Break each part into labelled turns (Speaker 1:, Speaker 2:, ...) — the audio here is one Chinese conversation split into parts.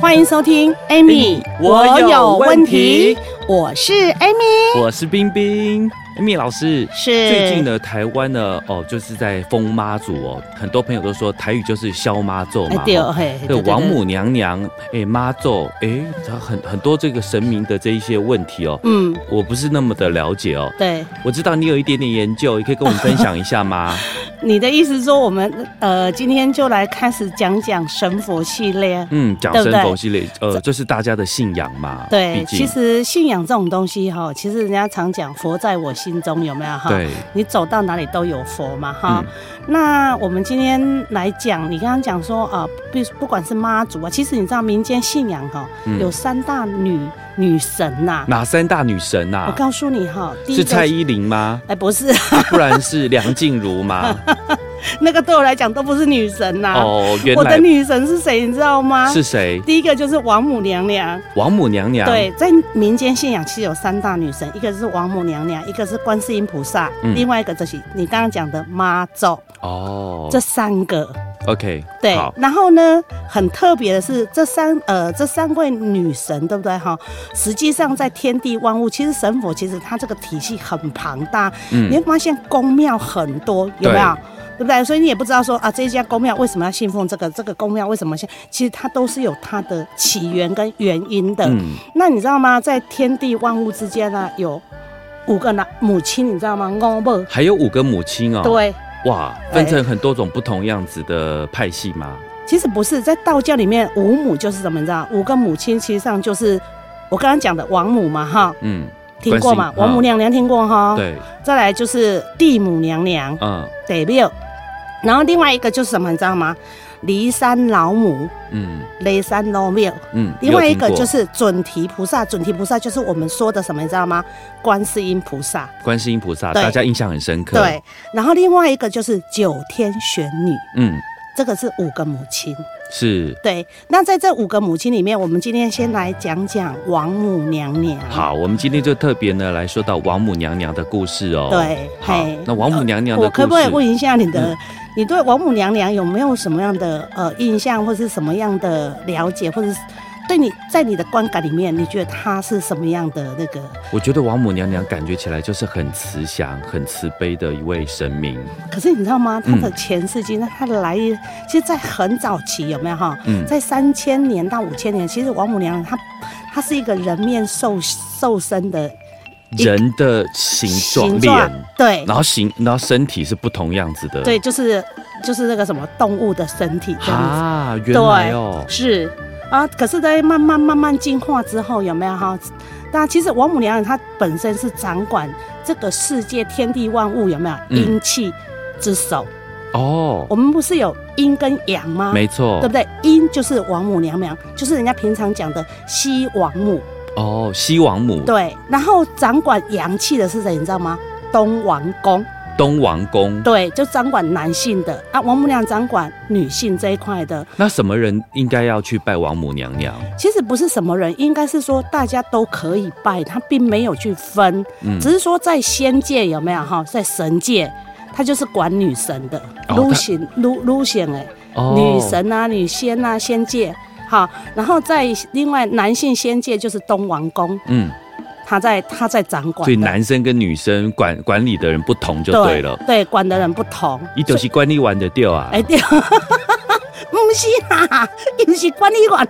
Speaker 1: 欢迎收听 Amy，
Speaker 2: 哎我有问题，
Speaker 1: 我是 Amy，
Speaker 2: 我是冰冰，蜜老师。
Speaker 1: 是
Speaker 2: 最近呢，台湾呢，哦，就是在封妈祖哦，很多朋友都说台语就是消妈咒
Speaker 1: 哎
Speaker 2: 嘛。
Speaker 1: 对
Speaker 2: 哦
Speaker 1: 嘿，
Speaker 2: 对王母娘娘，哎，妈咒，哎，它很很多这个神明的这一些问题哦，
Speaker 1: 嗯，
Speaker 2: 我不是那么的了解哦。
Speaker 1: 对，
Speaker 2: 我知道你有一点点研究，你可以跟我们分享一下 吗？
Speaker 1: 你的意思说我们呃今天就来开始讲讲神佛系列，
Speaker 2: 嗯，讲
Speaker 1: 对不
Speaker 2: 生
Speaker 1: 对
Speaker 2: 佛系列，呃，这是大家的信仰嘛。
Speaker 1: 对，
Speaker 2: 毕竟
Speaker 1: 其实信仰这种东西哈，其实人家常讲佛在我心中有没有哈？
Speaker 2: 对，
Speaker 1: 你走到哪里都有佛嘛哈。
Speaker 2: 嗯
Speaker 1: 那我们今天来讲，你刚刚讲说啊，不不管是妈祖啊，其实你知道民间信仰哈、
Speaker 2: 嗯
Speaker 1: 有三大女女神呐、
Speaker 2: 哪三大女神
Speaker 1: 我
Speaker 2: 呐？
Speaker 1: 告诉你哈，第
Speaker 2: 啊
Speaker 1: 一
Speaker 2: 是
Speaker 1: 个
Speaker 2: 蔡依林吗？
Speaker 1: 哎，不是，
Speaker 2: 不然是梁静茹吗？
Speaker 1: 那个对我来讲都不是女神呐、
Speaker 2: 哦，原
Speaker 1: 我的
Speaker 2: 来
Speaker 1: 女神是谁，你知道吗？
Speaker 2: 是谁？
Speaker 1: 第一个就是王母娘娘。
Speaker 2: 王母娘娘。
Speaker 1: 对，，在民间信仰其实有三大女神，一个是王母娘娘，一个是观世音菩萨，
Speaker 2: 嗯
Speaker 1: 另外一个就是你刚刚讲的妈祖，
Speaker 2: 哦，
Speaker 1: 这三个。
Speaker 2: OK，
Speaker 1: 对
Speaker 2: 好，，
Speaker 1: 然后呢，很特别的是，这三呃这三位女神，对不对哈？实际上在天地万物，其实神佛其实它这个体系很庞大，你
Speaker 2: 嗯
Speaker 1: 会发现宫庙很多，有没有？对不对？所以你也不知道说啊，这一家宫庙为什么要信奉这个，这个宫庙为什么信？其实它都是有它的起源跟原因的。
Speaker 2: 嗯，
Speaker 1: 那你知道吗？在天地万物之间呢、啊有五个男母亲，你知道吗？欧母，
Speaker 2: 还有五个母亲哦。，
Speaker 1: 对，
Speaker 2: 哇，分成很多种不同样子的派系吗？
Speaker 1: 其实不是，在道教里面，五母就是什么？你知道，五个母亲其实上就是我刚刚讲的王母嘛，哈，
Speaker 2: 嗯，
Speaker 1: 听过嘛？
Speaker 2: 观世音
Speaker 1: 王母娘娘听过哈。。
Speaker 2: 对，
Speaker 1: 再来就是地母娘娘，
Speaker 2: 嗯
Speaker 1: 得六。然后另外一个就是什么？你知道吗？骊山老母，
Speaker 2: 嗯
Speaker 1: 雷山老庙。
Speaker 2: 嗯。
Speaker 1: 另外一个
Speaker 2: 有听过
Speaker 1: 就是准提菩萨，准提菩萨就是我们说的什么？你知道吗？观世音菩萨。
Speaker 2: 观世音菩萨，
Speaker 1: 对
Speaker 2: 大家印象很深刻。
Speaker 1: 对，。然后另外一个就是九天玄女，
Speaker 2: 嗯，
Speaker 1: 这个是五个母亲。
Speaker 2: 是。
Speaker 1: 对，那在这五个母亲里面，我们今天先来讲讲王母娘娘。，
Speaker 2: 好，我们今天就特别呢来说到王母娘娘的故事哦。
Speaker 1: 对
Speaker 2: 好
Speaker 1: 嘿，
Speaker 2: 那王母娘娘的
Speaker 1: 我
Speaker 2: 故事，
Speaker 1: 可不可以问一下你的，
Speaker 2: 嗯
Speaker 1: 你对王母娘娘有没有什么样的呃印象，或是什么样的了解，或者是对你在你的观感里面，你觉得她是什么样的那个？
Speaker 2: 我觉得王母娘娘感觉起来就是很慈祥、很慈悲的一位神明。
Speaker 1: 可是你知道吗？她的前世今生，她的来历，其实，在很早期有没有哈？
Speaker 2: 嗯
Speaker 1: 在三千年到五千年，其实王母娘娘她她是一个人面兽兽身的一
Speaker 2: 人的形状、脸，
Speaker 1: 对，
Speaker 2: 然后形，然后身体是不同样子的。
Speaker 1: 对，就是就是那个什么动物的身体这样子，
Speaker 2: 啊，原来哦，
Speaker 1: 是啊。可是，在慢慢慢慢进化之后，有没有哈？那其实王母娘娘她本身是掌管这个世界天地万物，有没有
Speaker 2: 嗯
Speaker 1: 阴气之首？
Speaker 2: 哦，
Speaker 1: 我们不是有阴跟阳吗？
Speaker 2: 没错，
Speaker 1: 对不对？阴就是王母娘娘，就是人家平常讲的西王母。
Speaker 2: 哦，西王母、
Speaker 1: 对，然后掌管阳气的是谁？你知道吗？东王公。
Speaker 2: 东王公，
Speaker 1: 对，就掌管男性的啊，王母娘娘掌管女性这一块的。
Speaker 2: 那什么人应该要去拜王母娘娘？
Speaker 1: 其实不是什么人，应该是说大家都可以拜，他并没有去分，
Speaker 2: 嗯
Speaker 1: 只是说在仙界有没有哈，在神界，他就是管女神的，
Speaker 2: 哦
Speaker 1: 撸
Speaker 2: 他
Speaker 1: 行撸撸行哎，
Speaker 2: 哦
Speaker 1: 女神啊，女仙啊，仙界。好，然后在另外男性仙界就是东王公，
Speaker 2: 嗯，
Speaker 1: 他在他在掌管的，
Speaker 2: 所以男生跟女生管管理的人不同就对了。
Speaker 1: 对管的人不同，
Speaker 2: 伊就是管理完的掉啊，
Speaker 1: 哎 对，不是 啦，又是管理员。
Speaker 2: 啊，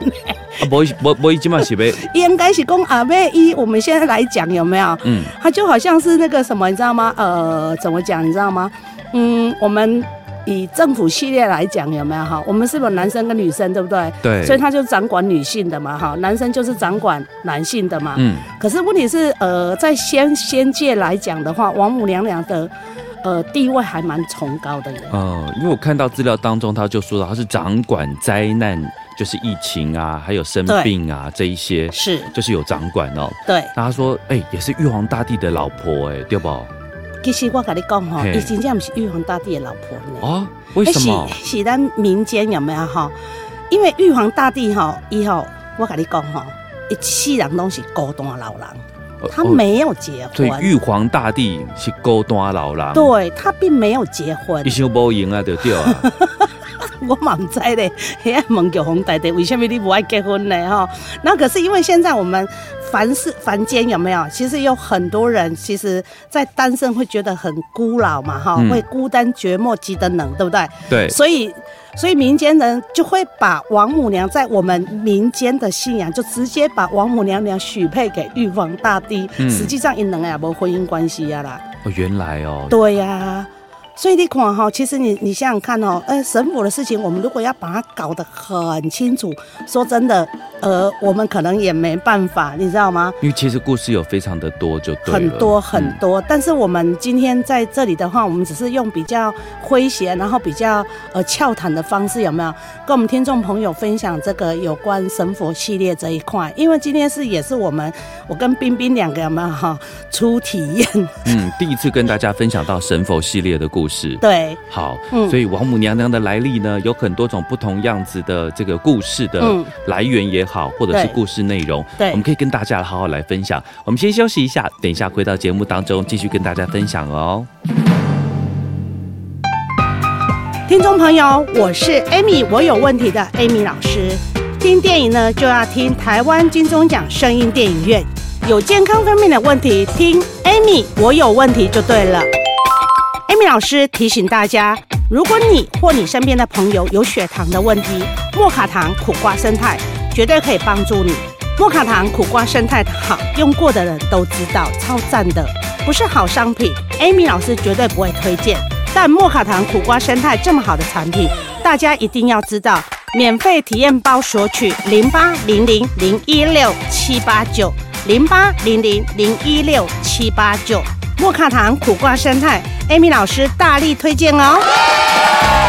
Speaker 2: 不不不，伊今嘛是被
Speaker 1: 应该是讲阿妹一，我们现在来讲有没有？
Speaker 2: 嗯
Speaker 1: 它就好像是那个什么，你知道吗？呃，怎么讲？你知道吗？嗯，我们以政府系列来讲有没有哈？我们是不是有男生跟女生对不对？
Speaker 2: 对，
Speaker 1: 所以他就掌管女性的嘛哈，男生就是掌管男性的嘛。
Speaker 2: 嗯
Speaker 1: 可是问题是，呃，在仙仙界来讲的话，王母娘娘的呃地位还蛮崇高的耶。
Speaker 2: 嗯，因为我看到资料当中，他就说到他是掌管灾难就是疫情啊，还有生病啊这一些，
Speaker 1: 是
Speaker 2: 就是有掌管哦。
Speaker 1: 对。
Speaker 2: 那他说，哎、也是玉皇大帝的老婆、哎，对不？
Speaker 1: 其实我跟你讲吼，
Speaker 2: 嘿
Speaker 1: 伊真正不是玉皇大帝的老婆呢。
Speaker 2: 哦，为什么
Speaker 1: 那？哎是是咱民间有没有哈？因为玉皇大帝哈，以后我跟你讲哈，一世人都是孤单的老人，
Speaker 2: 哦
Speaker 1: 他
Speaker 2: 哦
Speaker 1: 没有结
Speaker 2: 所
Speaker 1: 婚
Speaker 2: 以，玉皇大帝是孤单老人，
Speaker 1: 对他并没有结婚
Speaker 2: 一。生无赢啊，就对啊。
Speaker 1: 我嘛唔知咧，遐问玉皇大帝为什么你不爱结婚呢？哈，那可是因为现在我们凡事凡间有没有？其实有很多人，其实在单身会觉得很孤老嘛，哈
Speaker 2: 嗯，
Speaker 1: 会孤单寂寞极的冷，对不对？
Speaker 2: 对，
Speaker 1: 所以，所以民间人就会把王母娘在我们民间的信仰，就直接把王母娘娘许配给玉皇大帝。
Speaker 2: 嗯
Speaker 1: 实际上，因两个也无婚姻关系呀啦。
Speaker 2: 哦，原来哦，
Speaker 1: 对呀、所以你看哈、其实你你想想看哦，呃，神府的事情，我们如果要把它搞得很清楚，说真的，呃，我们可能也没办法，你知道吗？
Speaker 2: 因为其实故事有非常的多，就对了
Speaker 1: 很多
Speaker 2: 嗯
Speaker 1: 很多，但是我们今天在这里的话，我们只是用比较诙谐，然后比较呃俏谈的方式，有没有跟我们听众朋友分享这个有关神佛系列这一块？因为今天是也是我们我跟冰冰两个有没有哈初体验？
Speaker 2: 嗯，第一次跟大家分享到神佛系列的故事。
Speaker 1: 对，
Speaker 2: 好，
Speaker 1: 嗯
Speaker 2: 所以王母娘娘的来历呢，有很多种不同样子的这个故事的
Speaker 1: 嗯
Speaker 2: 来源也好，或者是
Speaker 1: 对
Speaker 2: 故事内容，
Speaker 1: 对
Speaker 2: 我们可以跟大家好好来分享。我们先休息一下，等一下回到节目当中继续跟大家分享哦。
Speaker 1: 听众朋友，我是 Amy，我有问题的 Amy 老师。听电影呢，就要听台湾金钟奖声音电影院。有健康方面的问题，听 Amy，我有问题就对了。Amy 老师提醒大家，如果你或你身边的朋友有血糖的问题，莫卡糖苦瓜生态绝对可以帮助你。莫卡糖苦瓜生态好，用过的人都知道，超赞的，不是好商品，Amy 老师绝对不会推荐。但莫卡糖苦瓜生态这么好的产品，大家一定要知道。免费体验包索取零八零零零一六七八九零八零零零一六七八九莫卡糖苦瓜生态，Amy 老师大力推荐哦。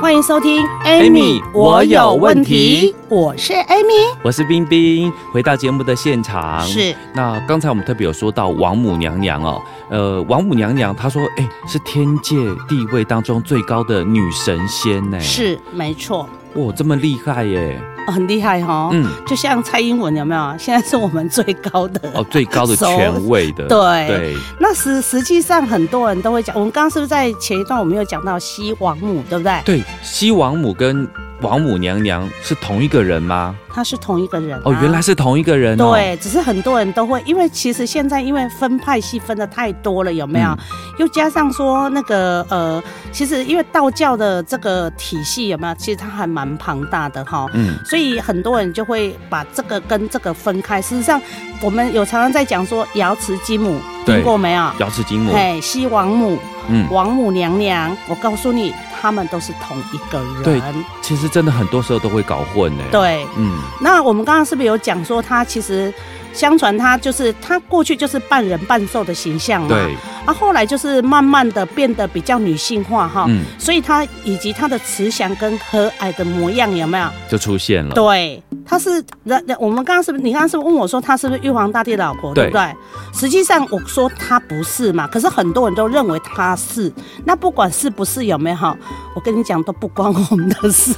Speaker 1: 欢迎收听
Speaker 2: Amy，我有问题，
Speaker 1: 我是 Amy，
Speaker 2: 我是冰冰，回到节目的现场。
Speaker 1: 是
Speaker 2: 那刚才我们特别有说到王母娘娘哦，呃，王母娘娘她说，哎、是天界地位当中最高的女神仙呢。，
Speaker 1: 是没错，
Speaker 2: 哇，这么厉害耶！
Speaker 1: 哦很厉害哈、哦。
Speaker 2: 嗯，
Speaker 1: 就像蔡英文有没有？现在是我们最高的
Speaker 2: 哦，最高的
Speaker 1: 手
Speaker 2: 权位的，
Speaker 1: 对
Speaker 2: 对，
Speaker 1: 那实实际上很多人都会讲，我们刚刚是不是在前一段我们有讲到西王母，对不对？
Speaker 2: 对，西王母跟王母娘娘是同一个人吗？
Speaker 1: 他是同一个人啊、
Speaker 2: 哦，原来是同一个人哦。，
Speaker 1: 对，只是很多人都会，因为其实现在因为分派系分的太多了，有没有？
Speaker 2: 嗯
Speaker 1: 又加上说那个呃，其实因为道教的这个体系有没有？其实它还蛮庞大的哈。
Speaker 2: 嗯，
Speaker 1: 所以很多人就会把这个跟这个分开。事实上，我们有常常在讲说瑶池金母，
Speaker 2: 对
Speaker 1: 听过没有？
Speaker 2: 瑶池金母，
Speaker 1: 嘿，西王母，
Speaker 2: 嗯，
Speaker 1: 王母娘娘，我告诉你，他们都是同一个人。
Speaker 2: 对其实真的很多时候都会搞混呢。，
Speaker 1: 对
Speaker 2: 嗯，
Speaker 1: 那我们刚刚是不是有讲说，他其实相传他就是他过去就是半人半兽的形象嘛，
Speaker 2: 对，
Speaker 1: 啊，后来就是慢慢的变得比较女性化哈。
Speaker 2: 嗯，
Speaker 1: 所以他以及他的慈祥跟和蔼的模样有没有？
Speaker 2: 就出现了。
Speaker 1: 对，他是那那我们刚刚是不是你刚刚是不是问我说他是不是玉皇大帝的老婆，
Speaker 2: 对
Speaker 1: 对不对？实际上我说他不是嘛，可是很多人都认为他是。那不管是不是有没有哈，我跟你讲都不关我们的事。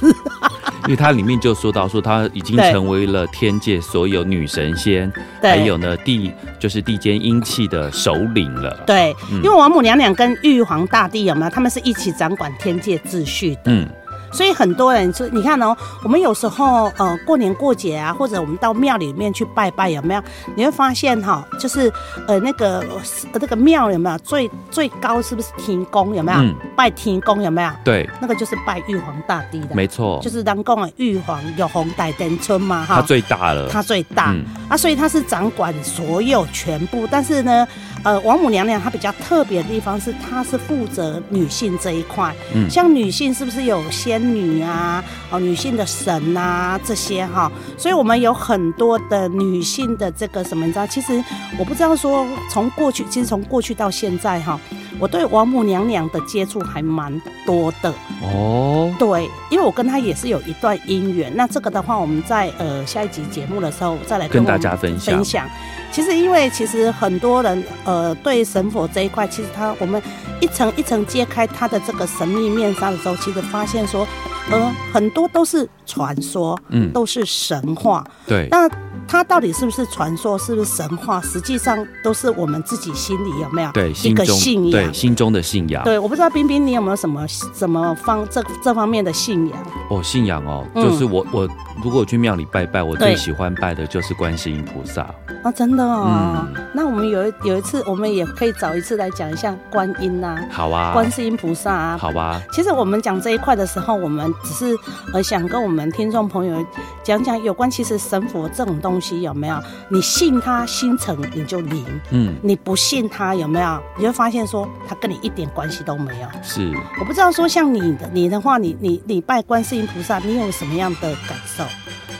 Speaker 2: 因为它里面就说到说，她已经
Speaker 1: 对
Speaker 2: 成为了天界所有女神仙，
Speaker 1: 对
Speaker 2: 还有呢地就是地间阴气的首领了。
Speaker 1: 对，
Speaker 2: 嗯
Speaker 1: 因为王母娘娘跟玉皇大帝有没有？他们是一起掌管天界秩序的，
Speaker 2: 嗯，
Speaker 1: 所以很多人就你看哦，我们有时候呃过年过节啊，或者我们到庙里面去拜拜有没有？你会发现哈、就是呃那个呃那个庙有没有最最高是不是天宫有没有？
Speaker 2: 嗯
Speaker 1: 拜天宫有没有？
Speaker 2: 对，
Speaker 1: 那个就是拜玉皇大帝的，
Speaker 2: 没错
Speaker 1: 就，是当讲的玉皇有红大灯村嘛哈。
Speaker 2: 它最大了。
Speaker 1: 它最大、
Speaker 2: 嗯
Speaker 1: 啊，所以它是掌管所有全部。但是呢，呃，王母娘娘她比较特别的地方是，她是负责女性这一块。
Speaker 2: 嗯
Speaker 1: 像女性是不是有仙女啊，哦，女性的神啊这些哈、所以我们有很多的女性的这个什么，你知道？其实我不知道说从过去，其实从过去到现在哈、我对王母娘娘的接触还蛮多的。
Speaker 2: 哦，
Speaker 1: 对，因为我跟她也是有一段姻缘。那这个的话，我们在呃下一集节目的时候再来
Speaker 2: 跟
Speaker 1: 我
Speaker 2: 大
Speaker 1: 们
Speaker 2: 家分享
Speaker 1: 分。享。其实，因为其实很多人呃对神佛这一块，其实他我们一层一层揭开他的这个神秘面纱的时候，其实发现说，呃，很多都是传说，
Speaker 2: 嗯，
Speaker 1: 都是神话。
Speaker 2: 对，
Speaker 1: 那它到底是不是传说，是不是神话？实际上都是我们自己心里有没有
Speaker 2: 对，
Speaker 1: 一
Speaker 2: 心
Speaker 1: 个
Speaker 2: 中
Speaker 1: 信
Speaker 2: 对
Speaker 1: 仰？
Speaker 2: 心中的信仰。
Speaker 1: 对，我不知道冰冰你有没有什么什么方这这方面的信仰？
Speaker 2: 哦，信仰哦，
Speaker 1: 嗯
Speaker 2: 就是我我如果去庙里拜拜，我最
Speaker 1: 对
Speaker 2: 喜欢拜的就是观世音菩萨。
Speaker 1: 啊，真的哦。
Speaker 2: 嗯，
Speaker 1: 那我们有一有一次，我们也可以找一次来讲一下观音呐、
Speaker 2: 好啊，
Speaker 1: 观世音菩萨啊。
Speaker 2: 好啊，
Speaker 1: 其实我们讲这一块的时候，我们只是呃想跟我们听众朋友讲讲有关，其实神佛这种东西有没有？你信它心诚你就灵，
Speaker 2: 嗯，
Speaker 1: 你不信它有没有？你就发现说它跟你一点关系都没有。
Speaker 2: 是
Speaker 1: 我不知道说像你的你的话，你你你拜观世音菩萨，你有什么样的感受？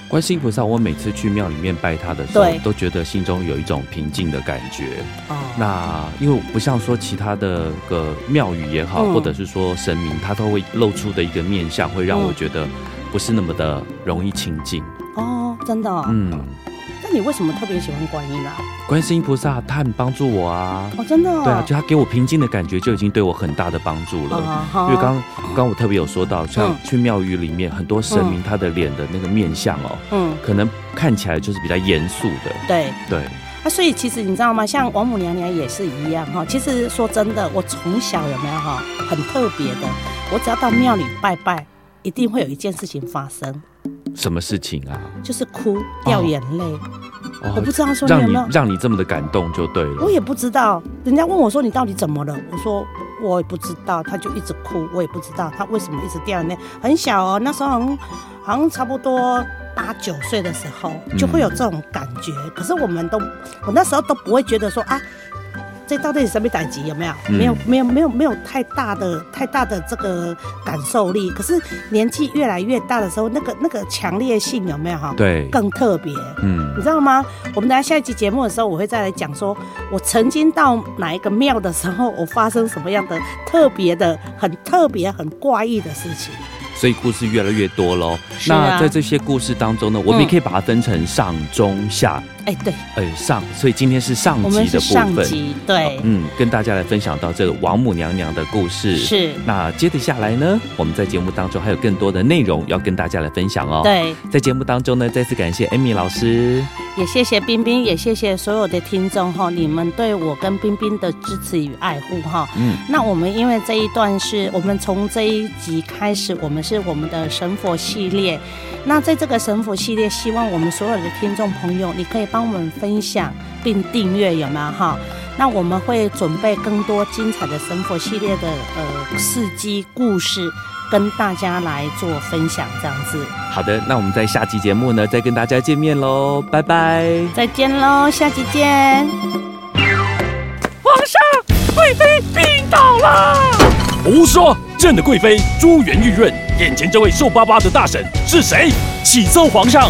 Speaker 2: 观世音菩萨。我每次去庙里面拜他的时候
Speaker 1: 对，
Speaker 2: 都觉得心中有一种平静的感觉。
Speaker 1: 哦，
Speaker 2: 那因为我不像说其他的个庙宇也好，
Speaker 1: 嗯
Speaker 2: 或者是说神明，他都会露出的一个面相，会让我觉得不是那么的容易亲近。
Speaker 1: 哦，真的、哦。
Speaker 2: 嗯，
Speaker 1: 那你为什么特别喜欢观音啊？
Speaker 2: 观世音菩萨他很帮助我啊。
Speaker 1: 哦，真的、哦。
Speaker 2: 对啊，就他给我平静的感觉就已经对我很大的帮助了。
Speaker 1: 啊
Speaker 2: 因
Speaker 1: 哈
Speaker 2: 为刚刚刚我特别有说到，像
Speaker 1: 嗯
Speaker 2: 去庙宇里面很多神明，他的脸的那个面相哦，
Speaker 1: 嗯，
Speaker 2: 可能看起来就是比较严肃的，
Speaker 1: 对。
Speaker 2: 对，
Speaker 1: 啊，所以其实你知道吗？像王母娘娘也是一样哈。其实说真的，我从小有没有哈，很特别的，我只要到庙里拜拜，一定会有一件事情发生，
Speaker 2: 什么事情啊？
Speaker 1: 就是哭掉眼泪。我
Speaker 2: 哦
Speaker 1: 不，知道说你有
Speaker 2: 让
Speaker 1: 没
Speaker 2: 你
Speaker 1: 有，
Speaker 2: 让你这么的感动就对
Speaker 1: 我
Speaker 2: 了。
Speaker 1: 也不知道。人家问我说你到底怎么了，我说我也不知道，他就一直哭，我也不知道他为什么一直掉眼泪。很小哦，那时候好像好像差不多。八九岁的时候就会有这种感觉，可是我们都，我那时候都不会觉得说啊，这到底是什么等级有没有？
Speaker 2: 嗯
Speaker 1: 没有，没有，没有，没有太大的太大的这个感受力。可是年纪越来越大的时候，那个那个强烈性有没有哈？
Speaker 2: 对，
Speaker 1: 更特别。你
Speaker 2: 嗯，
Speaker 1: 知道吗？我们等下下一期节目的时候，我会再来讲说，我曾经到哪一个庙的时候，我发生什么样的特别的、很特别、很怪异的事情。
Speaker 2: 所以故事越来越多喽。
Speaker 1: 是啊嗯
Speaker 2: 那在这些故事当中呢，我们也可以把它分成上中下，
Speaker 1: 哎、对，
Speaker 2: 哎上，所以今天是上
Speaker 1: 我们
Speaker 2: 集
Speaker 1: 是
Speaker 2: 的
Speaker 1: 上
Speaker 2: 部分，
Speaker 1: 集，对，
Speaker 2: 嗯，跟大家来分享到这个王母娘娘的故事。
Speaker 1: 是，
Speaker 2: 那接着下来呢，我们在节目当中还有更多的内容要跟大家来分享哦。，
Speaker 1: 对，
Speaker 2: 在节目当中呢，再次感谢 Amy 老师，
Speaker 1: 也谢谢冰冰，也谢谢所有的听众哈，你们对我跟冰冰的支持与爱护哈。
Speaker 2: 嗯，
Speaker 1: 那我们因为这一段是我们从这一集开始，我们是我们的神佛系列。那在这个神佛系列，希望我们所有的听众朋友，你可以帮我们分享并订阅，有没有哈？那我们会准备更多精彩的神佛系列的呃事迹故事，跟大家来做分享，这样子。
Speaker 2: 好的，那我们在下期节目呢再跟大家见面喽，拜拜。
Speaker 1: 再见喽，下期见。
Speaker 3: 胡说！朕的贵妃珠圆玉润，眼前这位瘦巴巴的大婶是谁？启奏皇上，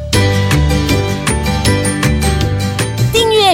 Speaker 4: 订阅